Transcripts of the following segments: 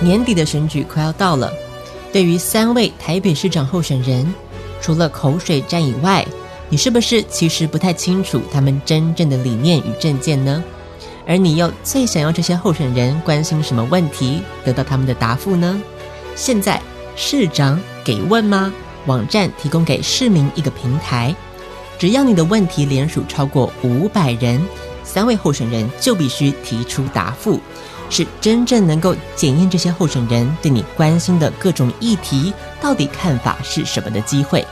年底的选举快要到了，对于三位台北市长候选人，除了口水战以外，你是不是其实不太清楚他们真正的理念与政见呢？而你又最想要这些候选人关心什么问题，得到他们的答复呢？现在市长给问吗？网站提供给市民一个平台，只要你的问题联署超过五百人，三位候选人就必须提出答复，是真正能够检验这些候选人对你关心的各种议题到底看法是什么的机会。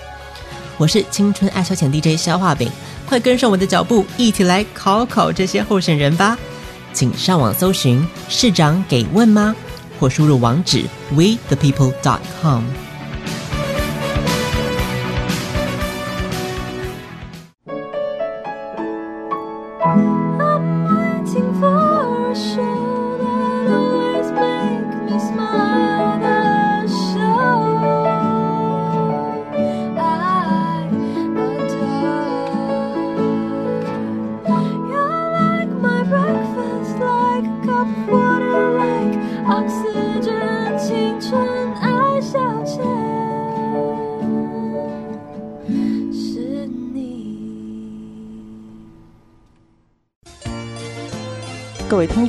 我是青春爱消遣 DJ 肖化饼，快跟上我的脚步，一起来考考这些候选人吧！请上网搜寻“市长给问吗”，或输入网址 we the people dot com。 Waiting for a show that always make me smile. The show I adore. You're like my breakfast, like a cup of water, like oxygen. 青春爱消遣，是你。各位听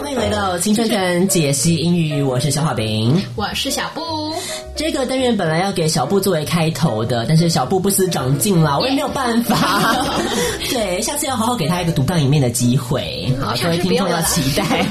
欢迎来到青春藤解析英语，我是小画饼。我是小布，这个单元本来要给小布作为开头的，但是小布不思长进啦，我也没有办 法。对，下次要好好给他一个独当一面的机会。好，各嗯下次位听众要期 待。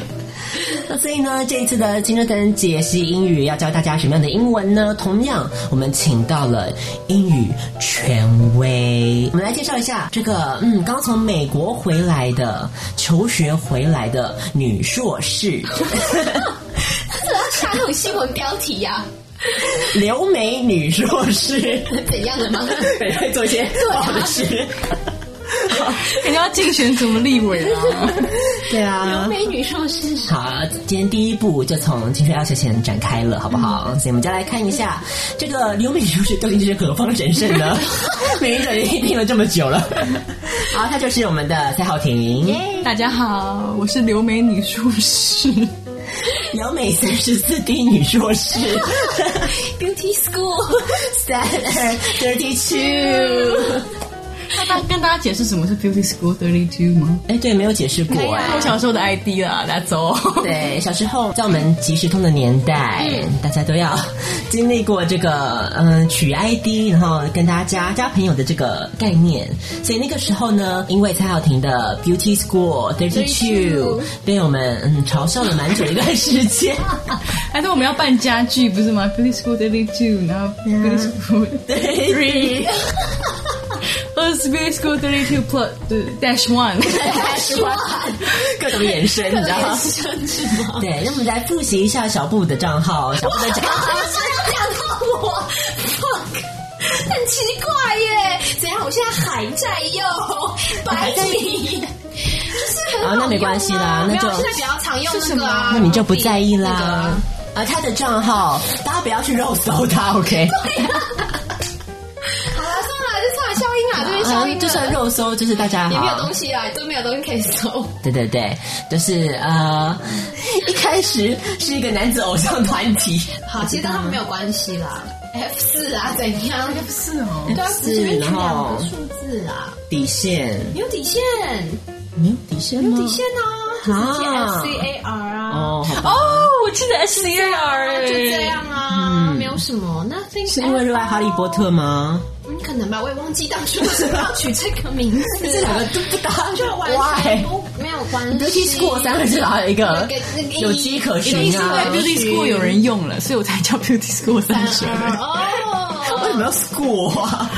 那所以呢，这一次的青春藤解析英语要教大家什么样的英文呢？同样，我们请到了英语权威，我们来介绍一下这个嗯，刚从美国回来的求学回来的女硕士。这要下那种新闻标题呀、留美女硕 士，怎样的吗？会做一些不好的事。人家要竞选什么立委啊？对啊。美女硕士，好，今天第一步就从青春要学前展开了，好不好？所以我们就来看一下这个留美硕士究竟是何方神圣 呢？美女已经听了这么久 了，好，她就是我们的蔡浩庭，大家好，我是留美女术士，留美三十四 D 女硕 士 Beauty School， ，Sad Thirty Two。那大跟大家解释什么是 Beauty School Thirty Two 吗？哎，对，没有解释过哎、我小时候的 ID 啦，大家走。对，小时候在我们即时通的年代，大家都要呃经历过这个嗯取 ID，然后跟大家加朋友的这个概念。所以那个时候呢，因为蔡晓婷的 Beauty School Thirty Two 被我们嗯嘲笑了蛮久一段时间。 还是我们要办家具不是吗？Beauty School Thirty Two，然后 Beauty School 对 Three，或者是 Beauty School Thirty Two Plus 对 Dash One。 各种眼神，你知道吗？对，那我们来复习一下小布的账号，小布的账号。这样到我，fuck，很奇怪耶，怎样？我现在还在用白米，就是很好啊用那没关系啦那就没有现在比较常用那个啊，那你就不在意啦。 那个啊啊，他的账号，大家不要去肉搜他，OK？好了，算了，就算了，消音啦，这边消音嗯了就算肉搜，就是大家也没有好东。西啊，都没有东西可以搜。对对对，就是呃，一开始是一个男子偶像团体，好，其实跟他们没有关系啦。F 四啊，怎样？是哦，对啊，四随便取然后两个数字啊，底线没有底线，没有底线没吗有底线啊，就是 F C A R 啊，哦，好吧，我记得 S C R 就这样啊，没有什么。那 t h i n 是因为热爱哈利波特吗？嗯，可能吧，我也忘记当初为什么要取这个名字，这两个都不搭就完全不没有关系。 Beauty School 三个字还有一个那个那个有迹可一定循是因为啊。 beauty school 有人用了，所以我才叫 beauty school 三 学的。哦， 为什么要 school 啊？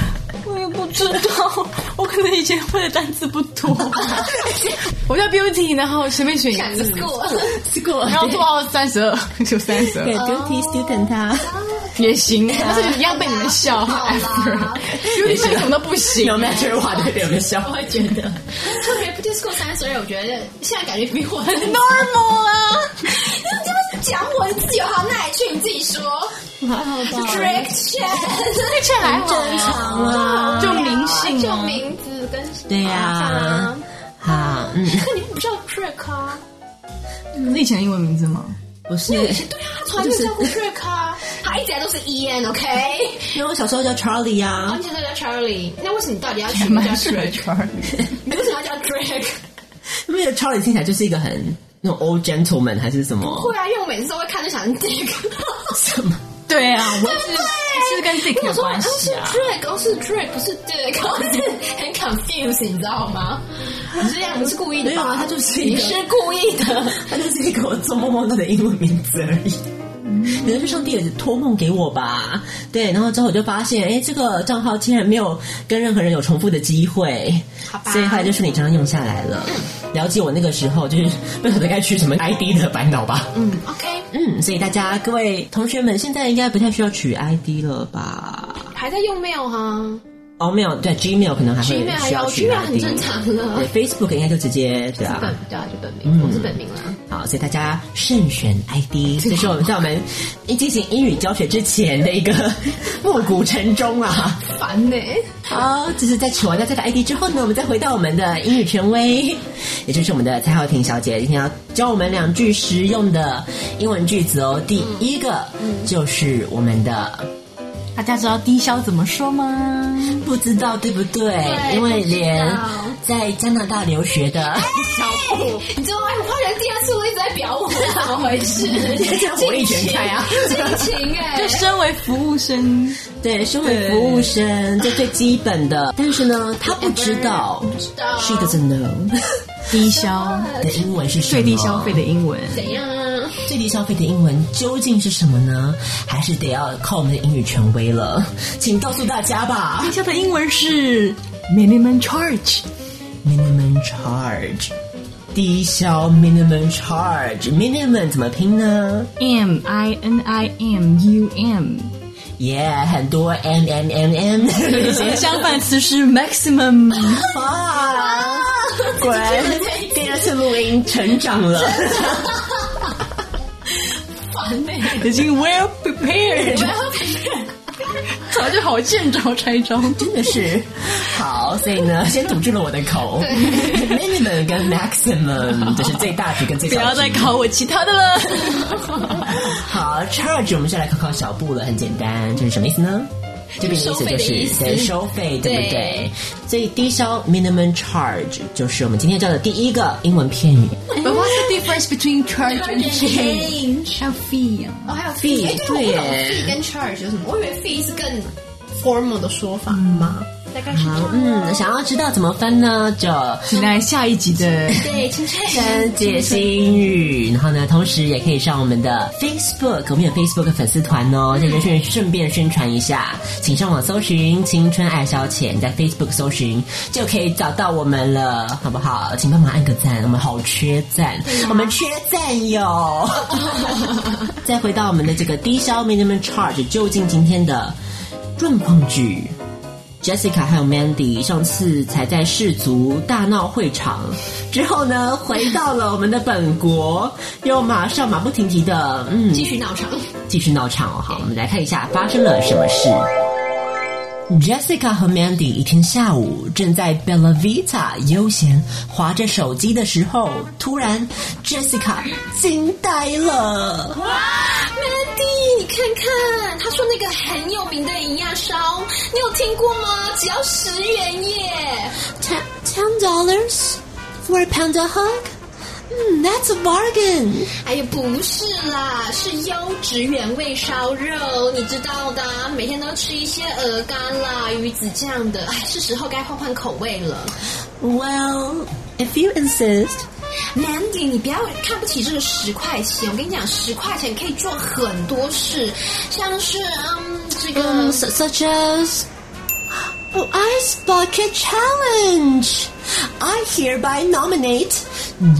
我也不知道，我可能以前会的单词不 多。我叫 beauty，然后随便选一感个字，过。然后做到三十二 就三十对二，Beauty Student 他也行，但是一样被你们笑。 好啦 beauty 什么都不行 No。matter what，对我们笑。会觉得特别 Beauty School 三十二，我觉得现在感觉比我很 normal 啊，你这么讲我，你自己有好哪一句你自己说。Direction，这还好正常啊，就名姓就啊名字跟对呀，好，嗯，可你不叫 Trick 啊？你是以前的英文名字吗？我是对啊，从来没有叫过 Trick 啊，他一直以来都是 E Ian，OK？因为我小时候叫 Charlie 啊然后，你现在叫 Charlie，那为什么你到底要取名蛮叫帅 Trick？圈儿里。你为什么要叫 Trick？因为 Charlie 听起来就是一个很那种 old gentleman 还是什么会啊，因为我每次都会看就想 Dick。 什么？对 啊，我是是跟 Dick 我有说哦关是系啊。 Drake，哦是 Drake，不是 Dick，哦是很 confused，你知道吗？你这样不是故意的吧？没有啊他就是一你个是故意的。他就是一个我做梦梦到的英文名字而已。可能是上帝也是托梦给我吧，对，然后之后我就发现，哎，这个账号竟然没有跟任何人有重复的机会，吧所以后来就顺理成章用下来了。了解我那个时候就是不晓得该取什么 ID 的烦恼吧。嗯，OK，嗯，所以大家各位同学们现在应该不太需要取 ID 了吧？还在用 mail 哈哦，没有，对，Gmail 可能还会，Gmail 还需有要取 Gmail ID，很正常的对。，Facebook 应该就直接对啊，本对啊，就本名，我是本名啦。好，所以大家慎选 ID，这是我们在我们一进行英语教学之前的一个 暮鼓晨钟啊。烦呢，好，就是在取完大家的 ID 之后呢，我们再回到我们的英语权威，也就是我们的蔡浩婷小姐，今天要教我们两句实用的英文句子哦。嗯第一个就是我们的大家知道低消怎么说吗？不知道对不对？因为连在加拿大留学的 小布。你知道吗？我发觉第二次我一直在表我，怎么回事？ 这样火力全开 啊尽情！尽情哎就，身为服务生，对，身为服务生，这最基本的。但是呢，他不知道道，she doesn't know 低消的英文是什最么？低消费的英文，怎样啊？最低消费的英文究竟是什么呢？还是得要靠我们的英语权威了，请告诉大家吧。低消的英文是 minimum charge。 Minimum charge，低消 minimum charge，minimum 怎么拼呢？ M I N I M U M，耶、很多 m m m m， 相反词是 maximum。哇，果然第二次录音成长了。 已经 well prepared，早就好见招拆招。 真的是好，所以呢，先堵住了我的口。minimum 跟 maximum 就是最大值跟最不小值。要再考我其他的了。好 charge，我们先来考考小布了，很简单，这是什么意思呢？这边的意思就收费的是意思对收费，对不对对？所以低消 minimum charge 就是我们今天教的第一个英文片语。 But what's the difference between charge and change? change？还有 fee 啊？哦，还有 fee，哎对，我不懂对耶 fee 跟 charge 有什么？我以为 fee 是更 formal 的说法嗯吗？大概是这样。嗯，想要知道怎么分呢，就请来下一集的对，清脆。跟解析英语，然后呢，同时也可以上我们的 Facebook，我们有 Facebook 粉丝团哦，在这边顺顺便宣传一下，请上网搜寻“青春爱消遣”，你在 Facebook 搜寻就可以找到我们了，好不好？请帮忙按个赞，我们好缺赞，我们缺赞哟。再回到我们的这个低消 minimum charge，究竟今天的状况剧？Jessica 还有 Mandy 上次才在世足大闹会场，之后呢，回到了我们的本国，又马上马不停蹄的，嗯，继续闹场，啊继续闹场哦。好，我们来看一下发生了什么事。Jessica 和 Mandy 一天下午正在 Bella Vita 悠闲划着手机的时候，突然 Jessica 惊呆了。 Mandy，你看看，他说那个很有名的营养烧，你有听过吗？只要十元耶！ ten ten dollars for a panda hug. Hmm, that's a bargain. 哎呀，不是啦，是优质原味烧肉，你知道的啊，每天都吃一些鹅肝啦、鱼子酱的，哎，是时候该换换口味了。 Well, if you insist, Mandy，你不要看不起这个十块钱，我跟你讲，十块钱可以做很多事，像是嗯，这个、 Um, su- such as. Oh, Ice Bucket Challenge! I hereby nominate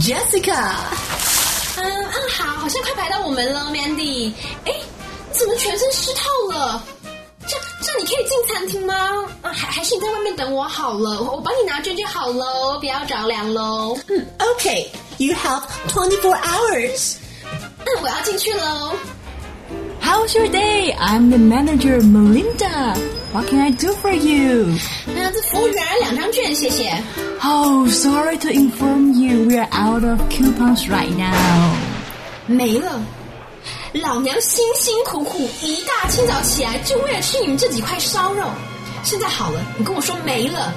Jessica! 嗯嗯，好，好像快排到我们了，Mandy。哎，你怎么全身湿透了？这这你可以进餐厅吗？啊，还还是你在外面等我好了，我我帮你拿券就好喽，不要着凉喽。嗯 Okay, you have 24 hours. 嗯，我要进去喽。 How's your day? I'm the manager, Melinda. What can I do for you? 那这服务员两张券，谢谢。 Oh, sorry to inform you, we are out of coupons right now. 没了，老娘辛辛苦苦一大清早起来，就为了吃你们这几块烧肉。现在好了，你跟我说没了，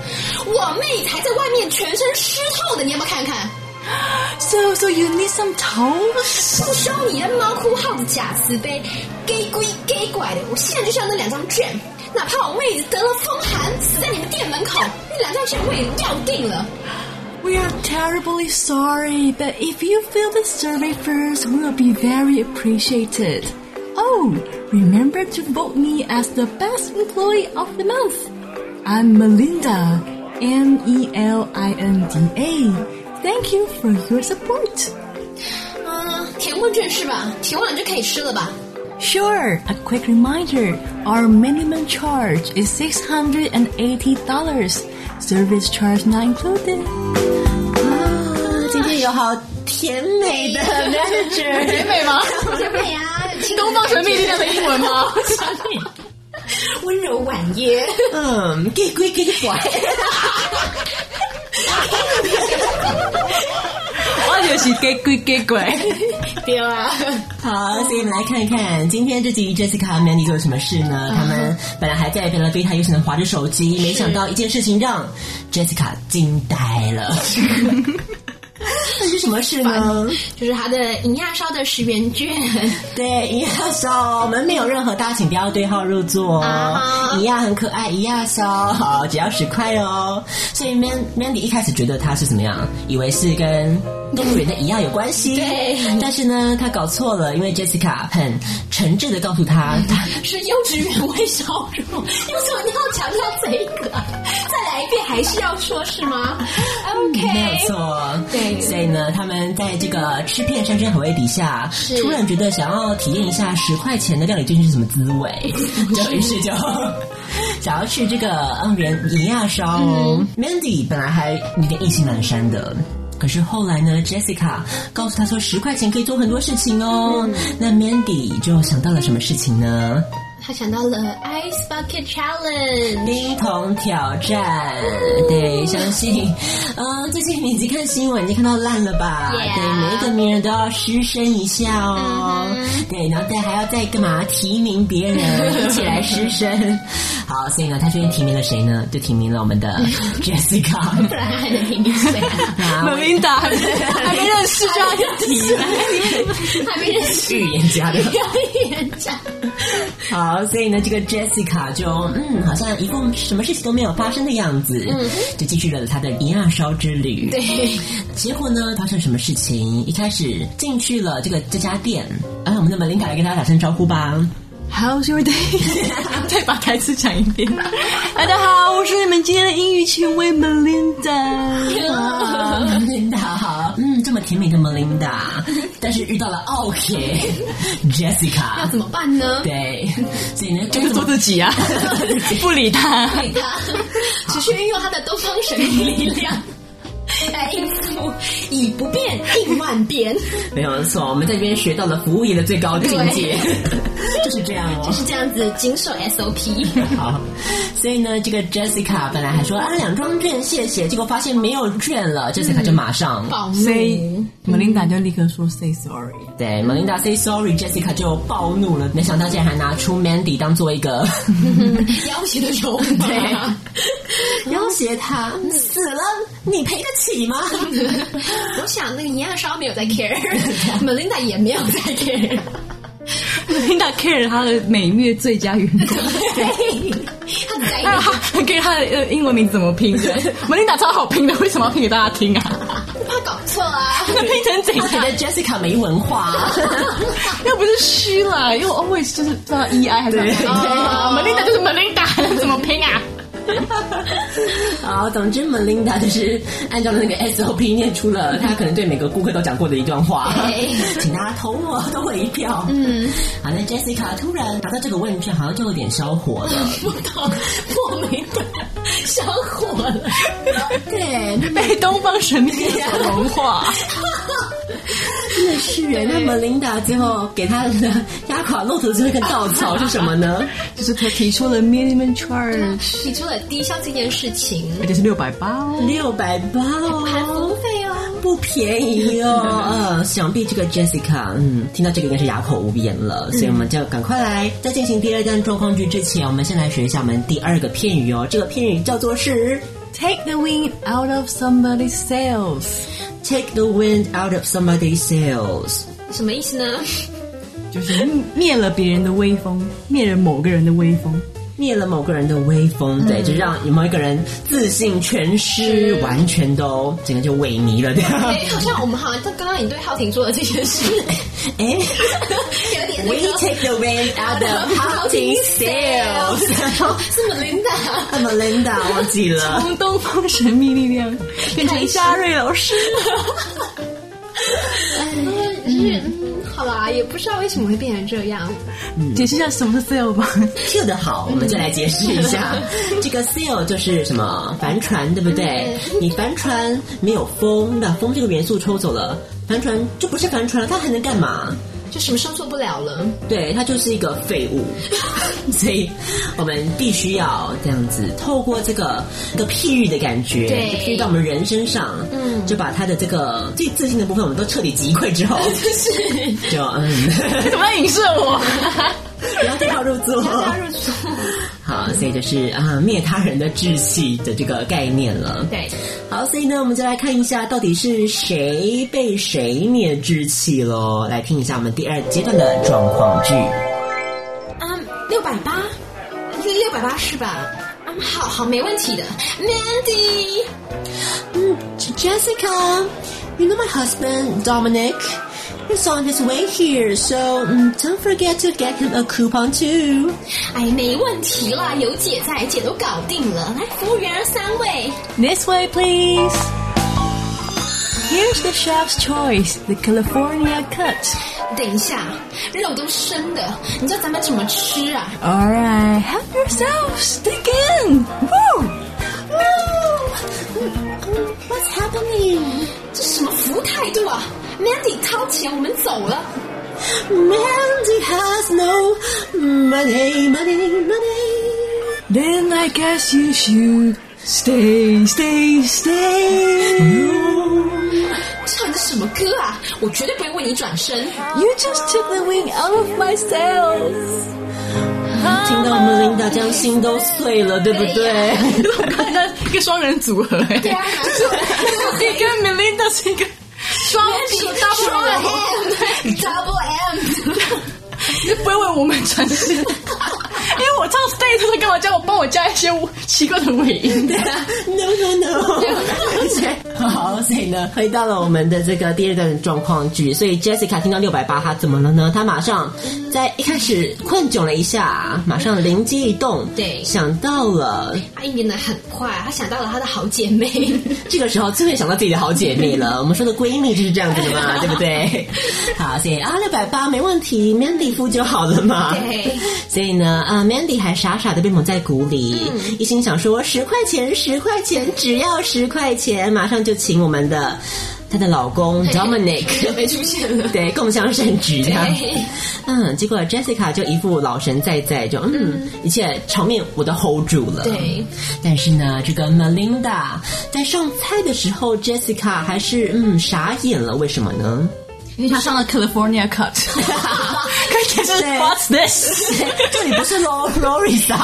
我妹才在外面全身湿透的，你要不要看看？ So, so you need some toast? 不收你的猫哭耗子假慈悲，给鬼给拐的！我现在就要那两张券，哪怕我妹子得了风寒，死在你们店门口，那两张券我也要定了。 We are terribly sorry, but if you fill the survey first, we will be very appreciated. Oh, remember to vote me as the best employee of the month. I'm Melinda, M E L I N D A. Thank you for your support. 嗯，填问卷是吧？填完就可以吃了吧？ Sure, a quick reminder our minimum charge is $680, service charge not included. 今天有好甜美的 manager。对呀、东方神秘力量的英文吗？温柔婉约，嗯，给鬼给拐。我就是给鬼给鬼。对啊，好，所以我们来看看今天这集 Jessica 和 Mandy 做了什么事呢？嗯他们本来还在 b e l l a v i t a 悠闲的划着手机，没想到一件事情让 Jessica 惊呆 了。那是什么事呢？ 就是他的银亚烧的十元券。对，一亚烧，我们没有任何大家请不要对号入座哦啊。一亚很可爱，一亚烧，好，只要十块哦。所以 Man Mandy 一开始觉得他是怎么样，以为是跟动物园的一样有关系。 对，但是呢，他搞错了，因为 Jessica 很诚挚的告诉 他，他是优质原味烧肉，为什么你要强调这一个？再来一遍，还是要说是吗？OK，没有错，对所以呢，他们在这个吃遍山珍海味底下，突然觉得想要体验一下十块钱的料理券是什么滋味，就于是就 想要去这个嗯人银亚烧哦。Mandy 本来还有点意兴阑珊的。可是后来呢，Jessica 告诉他说，十块钱可以做很多事情哦。那 Mandy 就想到了什么事情呢？他想到了 Ice Bucket Challenge，冰桶挑战，对，相信，呃，最近你已经看新闻，已经看到烂了吧 Yeah 对，每一个名人都要失身一下哦对，然后再还要再干嘛？提名别人一起来失身。好，所以呢，他最近提名了谁呢？就提名了我们的 Jessica，不然还能听听谁啊？然后，Melinda 还还没认识就要还没认识预言家的。人家，好，所以呢，这个 Jessica 就嗯，好像一共什么事情都没有发生的样子，就继续了她的银亚烧之旅。对，结果呢，发生什么事情？一开始进去了这个这家店，啊，我们的门琳达来跟大家打声招呼吧。 How's your day？再把台词讲一遍。大家好，我是你们今天的英语权威 Melinda。门琳达好，嗯，这么甜美的门琳达，但是遇到了 OK Jessica，要怎么办呢？对，所以呢，该就怎做么自己啊，不理他。对他，只需运用他的东方神秘力量。来应付，以不变应万变，没有错，我们在这边学到了服务业的最高境 界，就是这样哦，是这样子谨守 SOP。好，所以呢，这个 Jessica 本来还说啊两张券谢谢，结果发现没有券了，Jessica 就马上、保所密，以 Melinda 就立刻说 Say sorry。对 Melinda say sorry，Jessica 就暴怒了，没想到竟然还拿出 Mandy 当做一个要挟的 手法。 要挟他死了，你赔得起吗？ 我想那个银亚烧没有在 care，Melinda 也没有在 care。 Melinda care 她的每月最佳员 工，他只在意 还有她 care 她的呃英文名字怎么拼。对 Melinda 超好拼的，为什么要拼给大家听啊？我怕搞错啊。那佩腾姐 姐的 Jessica 没文化、 啊，又不是虚了，因为我 always 就是不知道 E I 还是什哦么，Melinda 就是 Melinda，怎么拼啊？ 好，总之 Melinda 就是按照那个 SOP 念出了她可能对每个顾客都讲过的一段话，哎请大家投我，投我一票。嗯，好，那 Jessica 突然拿到这个问卷，好像就有点烧 火了，我没的，小火了。对，那被东方神秘所融 化。真的是耶。那 Melinda 最后给她的压垮骆驼最后一根稻草是什么呢？就是他提出了 minimum charge，提出了低消这件事情，而且是六百八。六百八还服务哦，费哦。不便宜 哦。呃，想必这个 Jessica，嗯，听到这个应该是哑口无言了，嗯所以我们就赶快来，在进行第二段状况句之前，我们先来学一下我们第二个片语哦。这个片语叫做是 Take the wind out of somebody's sails. take the wind out of somebody's sails。什么意思呢？就是灭了别人的威风，灭了某个人的威风。嗯灭了某个人的威风，对，就让某一个人自信全失，完全都整个就萎靡 了，对吧？哎，好像我们好像刚刚你对浩婷做的这件事， 哎有点那，We 个。 take the wind out of Houghton sails。哦是 Melinda，那么 Linda 忘记了，从东方神秘力量变成夏瑞老师，就是嗯，好啦，也不知道为什么会变成这样。解释一下什么是 sale 吧？ Q 的好，我们就来解释一 下，这个 sail 就是什么帆船，对不对？你帆船没有风，把风这个元素抽走了，帆船就不是帆船了，它还能干嘛？就什么事都做不了了。对，它就是一个废 物，所以我们必须要这样子，透过这个一个譬喻的感觉，对譬喻到我们人身上，嗯，就把他的这个最自信的部分，我们都彻底击溃之后， 就是就嗯，你怎么在影射我？不要对号入座，好，所以就是啊，灭他人的志气的这个概念了。对，好，所以呢，我们就来看一下到底是谁被谁灭志气喽。来听一下我们第二阶段的状况剧。啊，六百八，六百八是吧？啊，好好，没问题的，Mandy。嗯 Jessica, you know my husband, Dominic? He's on his way here, so mm, don't forget to get him a coupon too. 哎，没问题啦，有姐在，姐都搞定了。来，服务员三位， This way, please. Here's the chef's choice, the California cut. 等一下，肉都生的，你知道咱们怎么吃啊？ All right, help yourselves. Dig in. Woo! What's happening? 这什么服务态度啊？Mandy 掏钱，我们走了。 Mandy has no money, money, money. Then I guess you should stay, stay, stay. 唱的什么歌啊？我绝对不会为你转身。 You just took the wing out of my sails. 听到我们领导这样心都碎了，对不对？我看到一个双人组合，哎，对啊，你跟 Melinda 是一个双你双 double， M，Double M，你不会为我们转身，因为我唱 stay 的时候干嘛叫我帮我加一些奇怪的尾音？ no no no，而且好，所以呢，回到了我们的这个第二段状况剧，所以 Jessica 听到六百八，她怎么了呢？她马上在一开始困窘了一下，马上灵机一动，对想到了她应变哎的很快，她想到了她的好姐妹。这个时候最会想到自己的好姐妹 了。我们说的闺蜜就是这样子的嘛，对不对？好，所以啊，六百八没问题，Mandy 付就好了嘛。对，所以呢，啊，Mandy 还傻傻的被蒙在鼓里，嗯一心想说十块钱，十块钱，只要十块钱，马上就请我们的她的老公 Dominic 没出现了。对，共襄盛举这样对。 嗯，结果 Jessica 就一副老神在在，就嗯，一切场面我都 hold 住了。对，但是呢，这个 Melinda 在上菜的时候，Jessica 还是嗯傻眼了，为什么呢？因为他上了 California cut，看起来就是 What's this？这里不是啊 Lo Lorisa，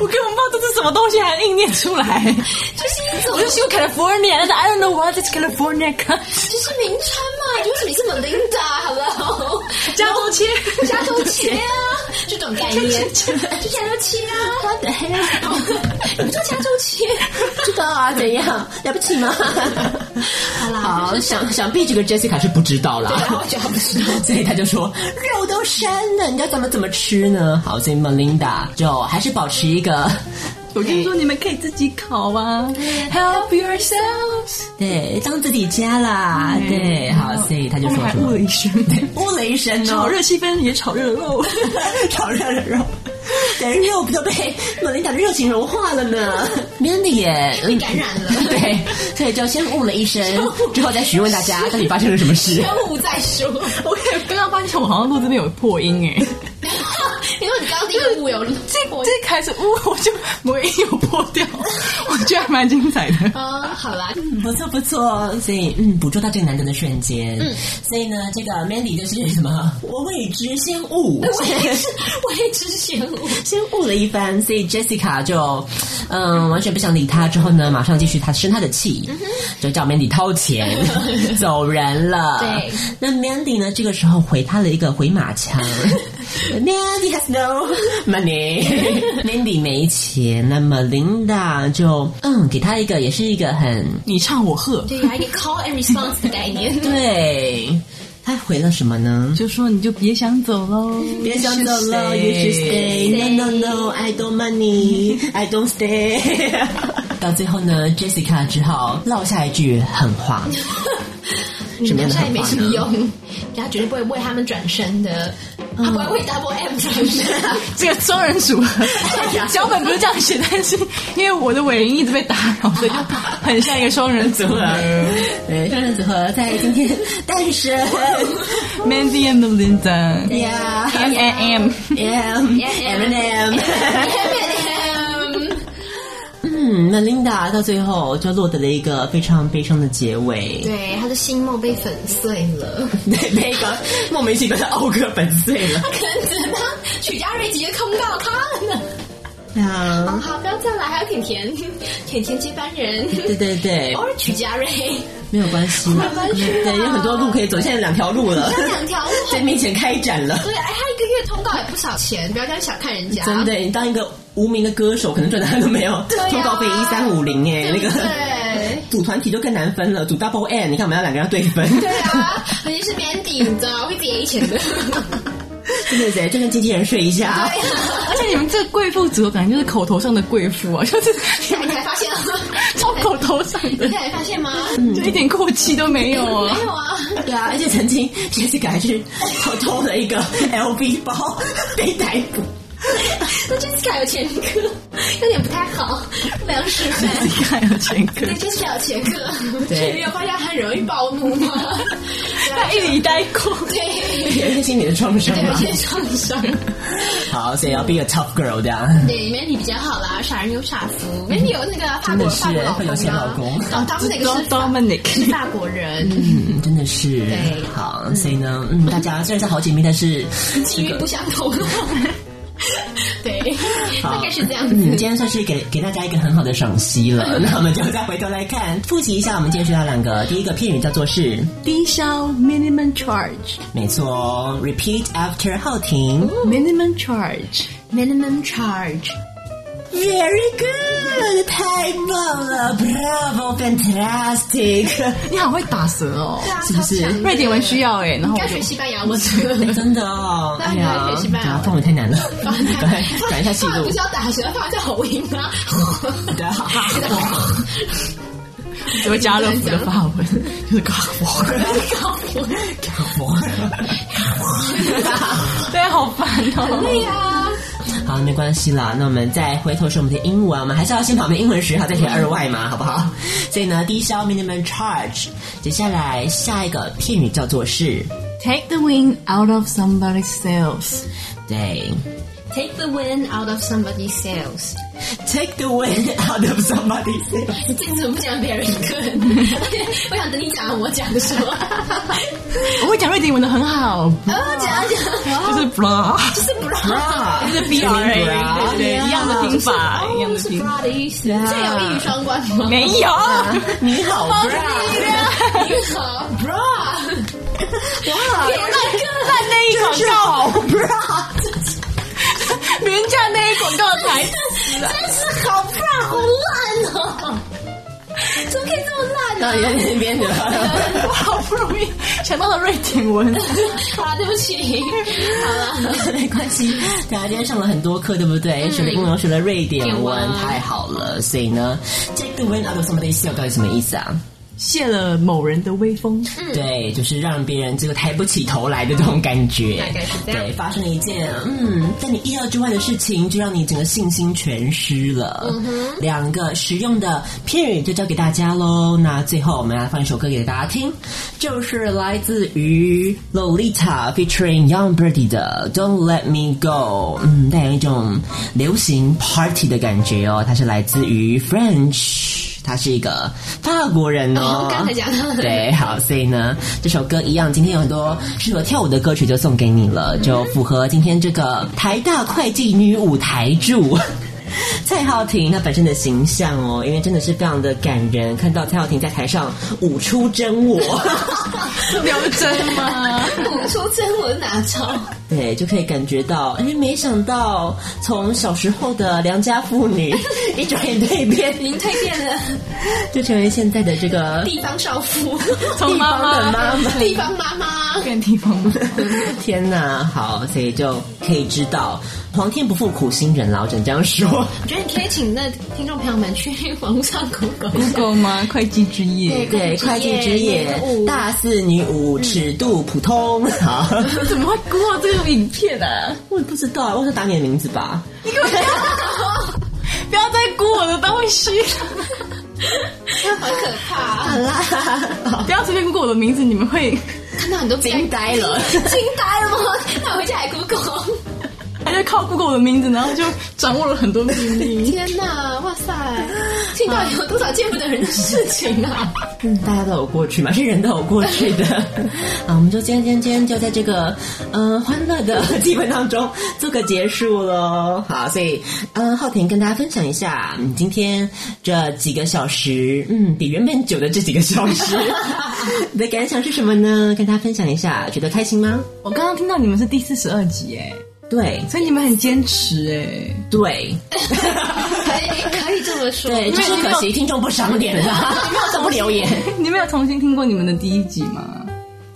我根本不知道这是什么东西，还硬念出来，就是一种我就喜欢 California，但是 I don't know what is California cut，就是名称嘛，你为什么你这么 Linda 好不好？加州切，加州切啊，这种啊概念，就加州切啊，我的黑，你做加州切，就高啊，怎样？了不起吗？好啦，好，想想必这个 Jessica 是不知道啦，我觉得不知道， 所以他就说肉都膻了，你要咱们怎么吃呢？好，所以 Melinda 就还是保持一个。 我就说你们可以自己烤啊，Help yourselves。对，当自己家啦，对，好，啊所以他就说还什呜么了一声， 乌雷神炒热气氛也炒热了肉。炒热的肉，对，肉不就被莫琳达的热情融化了呢？真的耶，被感染了， 对，所以就 先悟了一身，之后再询问大家到底发生了什么事。不再说， 我也刚刚发现我好像录这边有破音 哎，因为你刚刚第一幕有这这开始呜我就我音有破掉，我觉得还蛮精彩的。啊，好啦，不错不错，所以嗯，捕捉到这个难得的瞬间。嗯，所以呢，这个 Mandy 就是什 么，我未知先悟， 我也之前我先悟了一番，所以 Jessica 就嗯完全不想理他，之后呢，马上继续他生他的气，就叫 Mandy 掏 钱走人了。对，那 Mandy 呢，这个时候回他了一个回马 枪，Mandy has no money，Mandy 没钱，那么 Linda 就嗯给他一个也是一个很你唱我和，对呀、一个 call and response 的概念， 对，他回了什么呢？就说你就别想走喽，别想走了，You should stay. No, no, no, I don't money, I don't stay 。 到最后呢，Jessica 只好落下一句狠话，什么样的现在也狠没话什么呢？用，他绝对不会为他们转身的，嗯他不会为 Double M 转 身啊。这个双人组合， 脚本不是这样写，但是因为我的尾音一直被打扰，所以就很像一个双人组合。 对，双人组合在今天诞生 Mandy and Melinda，M ，Yeah, and M。 yeah, M and M。嗯，那 Linda 到最后就落得了一个非常悲伤的结尾。对，他的心梦被粉碎了。对， 那个莫名其妙的欧哥粉碎了。可能只能当曲家瑞直接控告他了呢。啊，好，不要再来，还有甜甜， 甜甜接班人， 对对对偶，尔曲家瑞，没有关系，没有关系啊 对，有很多路 可以走，现在两条路了，他 两条路在面前开展了。对，哎，他一个月通告也不少钱，不要这样小看人家。真的，你当一个无名的歌手，可能赚的都没有，对啊通告费一三五零哎，那对不个对？组团体就更难分了，组 Double N，你看我们要两个人要对分，对啊，尤其是年底，你知道会给钱的。 对对对，就跟经纪人睡一下。而且你们这贵妇组合感觉就是口头上的贵妇啊， 就是你你们才发现啊？超口头上的你，才发现吗？就一点过气都没有啊没。有啊，嗯对啊，而且曾经 Jessica 还去偷偷了一 个 LV 包被逮捕。那 Jessica 有前科，有点不太好，不良示范。还有前 科对，，这是小前科，这没有发现他很容易暴怒 吗？他一里呆过。 对，有一些心理的创伤对，有嘛，些创伤。 好，所以要 be a tough girl 这样。对，Mandy 比较好啦，傻人有傻福，Mandy 有那个法国法真国的是老会有公钱啊老公，老当那个是法 Dominic 是法国人，嗯，真的是对好，所以呢，嗯，大家虽然是好姐妹，但是机遇不相 同。对，好大概是这样嗯，子。今天算是给给大家一个很好的赏析 了。那我们就再回头来看，复习一下我们今天学到两个，第一个片语叫做是，低消 minimum charge 没错哦，repeat after 浩婷 minimum charge minimum charge， ，very good，太棒了，bravo，fantastic，你好会打舌哦，是不是？瑞典文需要哎，然后你我要就学西班牙文， 真的哦，那哎你要呀学西，班牙啊，范文太难了， 赶快转转一下戏路不是。要打学，法文叫喉音吗？对啊只会加乐福的法文， 就是搞 我，对，啊好烦哎哦。对呀，好，没关系啦。那我们再回头说我们的英文，我们还是要先把我们的英文学好，再学二外嘛，好不好？所以呢，低消 minimum charge。接下来下一个片语叫做是， Take the wind out of somebody's sails，对 Take the wind out of somebody's sails。 ，take the wind out of somebody's sails。你这个怎么不讲别人 个？我想等你讲完我讲的时 候。我会讲瑞典文的很好，啊，讲讲，就是 bra，就是不让。就是 b r a，对对，一样的拼法，一样的是拼法， bra 的意思， 这有一语双关吗？哦没有。你好你好，bra，哇， 烂内衣广告，不知 道。廉价内衣广告台词，真是好 bra，好烂哦！怎么可以这么烂呢、到底在那边的，我好不容易想到了瑞典 文，好啊了，对不起，好了，没关系。对啊，今天上了很多课，对不对？学了嗯英文，学了瑞典典文文，太好了。所以呢，take the wind out of somebody's sail 到底什么意思啊？泄了某人的威风。对，就是让别人这个抬不起头来的这种感觉，大概是这样对，发生了一件嗯，在你意料之外的事情，就让你整个信心全失了。嗯两个实用的片语就交给大家喽。那最后我们来放一首歌给大家听，就是来自于 Lolita featuring Young Birdy 的 Don't Let Me Go，嗯，带有一种流行 party 的感觉哦。它是来自于 French。他是一个法国人哦，哦刚才讲到 的对，好，所以呢，这首歌一样，今天有很多适合跳舞的歌曲就送给你了，就符合今天这个台大会计女舞台柱。 蔡浩庭她本身的形象哦，因为真的是非常的感人，看到蔡浩庭在台上舞出真我， 刘真 吗？舞出真啊我是哪招？对，就可以感觉到，哎，没想到从小时候的良家妇女， 一转眼蜕变，您蜕变了 就成为现在的这个地方少妇，从妈妈地方的妈妈地方妈妈。变地方吗？天呐，好，所以就可以知道皇天不负苦心人啦，我只能这样说。我觉得你可以请那听众朋友们去网络上 Google 一下。 Google 吗？会计 之夜，对，会计之夜，大四女舞，尺度普通。好，怎么会 Google 这种影片啊？ 我也不知道，我想打你的名字吧。不要再估我的东西了，好可怕， 不要随便估我的名字，你们会 看到很多惊呆了，惊呆了吗？ 那我回家也 Google。还在靠 Google 我的名字，然后就掌握了很多秘密。天哪，哇塞， 听到底有多少见不得人的事情啊！嗯，大家都有过去嘛， 是人都有过去的。 啊，我们就今天今天就在这个呃欢乐的气氛当中做个结束喽。好，所以嗯，浩婷跟大家分享一下，嗯，今天这几个小时，嗯，比原本久的这几个小时，你的感想是什么呢？跟大家分享一下，觉得开心吗？ 我刚刚听到你们是第四十二集哎，对所以你们很坚持哎。对可以 可以这么说，对，就是可惜听众不赏脸 了，不留言。 你们有重新听过你们的第一集吗？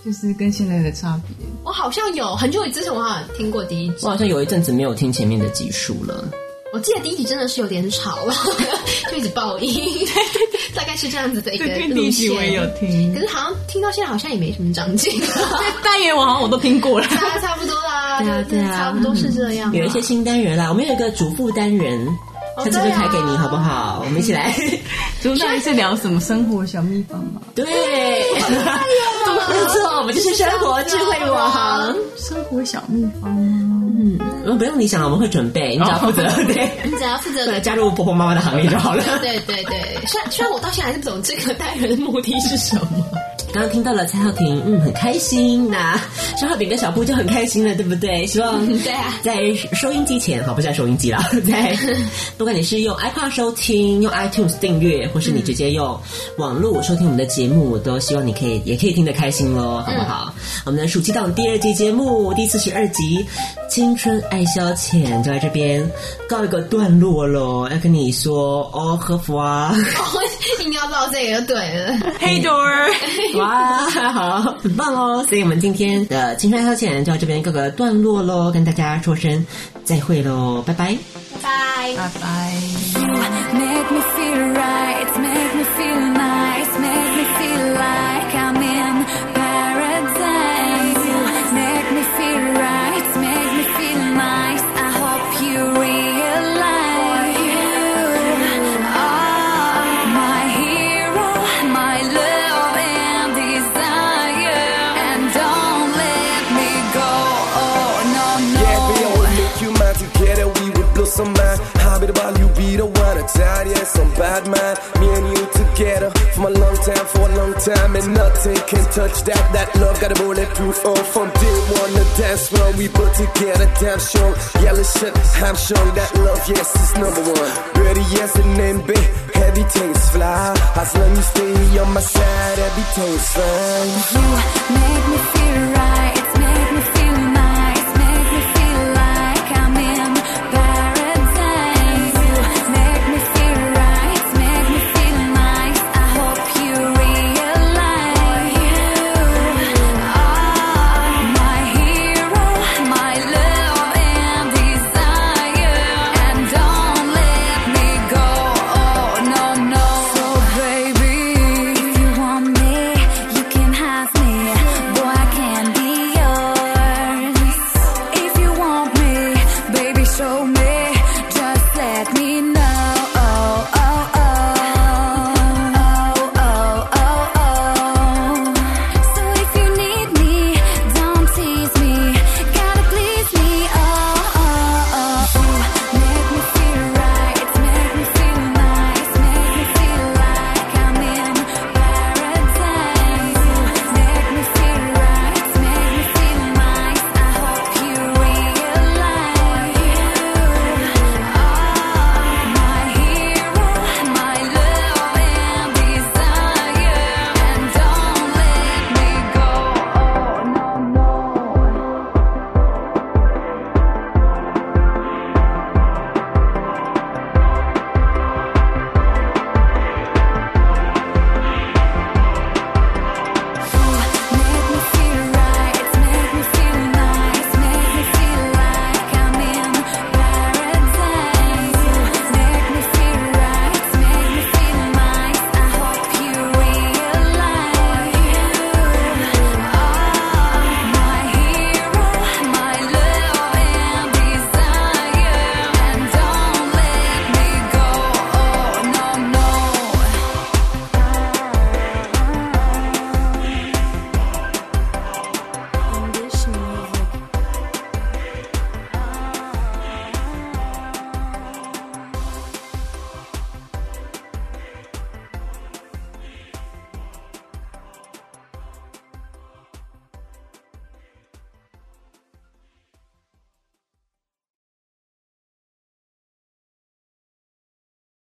就是跟现在的差别。我好像有很久之前我好像听过第一集我，好像有一阵子没有听前面的集数了。我记得第一集真的是有点吵， 就一直爆音， 大概是这样子的一个对，路第一集我也有线。听可。是好像听到现在好像也没什么长 进，单元哎我好像我都听过了。大概差不多啦，对啊对啊差不多是这样啊。有一些新单元啦，我们有一个主妇单元，下哦次就开给你好不好？我们一起 来，主那一次聊什么生活小秘方吗？对，哎没错， 我们就是生活智慧王。生活小秘方吗？嗯，哦不用你想了，我们会准备，你只要负责，对，你只要负责哦 对，加入婆婆妈妈的行列就好了。对对对，虽然虽然我到现在还是不懂这个单元的目的是什么，刚刚听到了蔡浩庭，嗯，很开心。那 小浩饼跟小布就很开心了，对不嗯对？希望对 啊在收音机前，好，不是在收音机啦，在不管你是用 iPad 收听、用 iTunes 订阅，或是你直接用网络收听我们的节目，我都希望你可以也可以听得开心喽，好不好？我们的暑期档第二季节目第四十二集《青春爱消遣》就在这边告一个段落喽。要跟你说哦，和福啊。硬要到这个就对了。黑多儿，哇，好，很棒哦！所以我们今天的青春消遣就到这边各个段落喽，跟大家说声再会喽，拜拜。拜拜。 Make me feel right, make me feel nice, make me feel like I'm in paradise. Make me feel right, make me feel nice. I hope you realize you are my hero, my love and desire. And don't let me go. Oh no no. Yeah, we only make you mine together. We will blow some mind. How about while you be the one to die? Yes, I'm bad man. Me and you together from a long time, for a long time, and nothing can touch that. That love got a bulletproof. Oh, from day one the dance floor, we put together damn strong. Yeah, let's shut. I'm strong. That love, yes, is number one. Ready, yes, and then big. Everything's fly. As long you stay on my side, everything's fine. You make me feel right, Oh, Oh,